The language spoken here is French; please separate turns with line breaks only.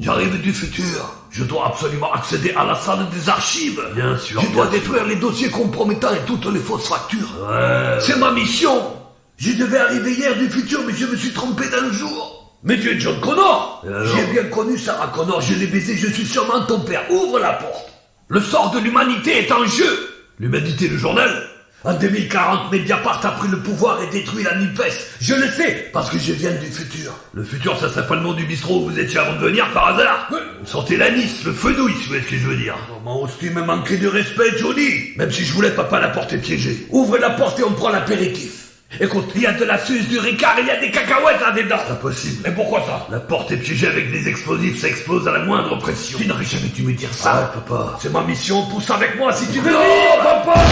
J'arrive du futur. Je dois absolument accéder à la salle des archives.
Bien sûr.
Je
bien
dois
sûr.
détruire les dossiers compromettants et toutes les fausses factures.
Ouais.
C'est ma mission. Je devais arriver hier du futur, mais je me suis trompé d'un jour. Mais tu es John Connor.
Et alors
J'ai bien connu Sarah Connor. Je l'ai baisé. Je suis sûrement ton père. Ouvre la porte. Le sort de l'humanité est en jeu. L'humanité, le journal. En 2040, Mediapart a pris le pouvoir et détruit la NUPES. Je le sais, parce que je viens du futur.
Le futur, ça serait pas le nom du bistrot où vous étiez avant de venir par hasard
Ouais.
Vous sentez l'anis, le fenouil, si vous voyez ce que je veux dire.
Comment oses-tu me manquer de respect, Johnny Même si je voulais, papa, la porte est piégée. Ouvre la porte et on prend l'apéritif. Écoute, il y a de la suce, du ricard, il y a des cacahuètes là-dedans.
Pas possible.
Mais pourquoi ça
La porte est piégée avec des explosifs, ça explose à la moindre pression.
Tu n'aurais jamais dû me dire ça.
Ah, papa.
C'est ma mission, pousse avec moi si tu veux.
Non,
vivre.
papa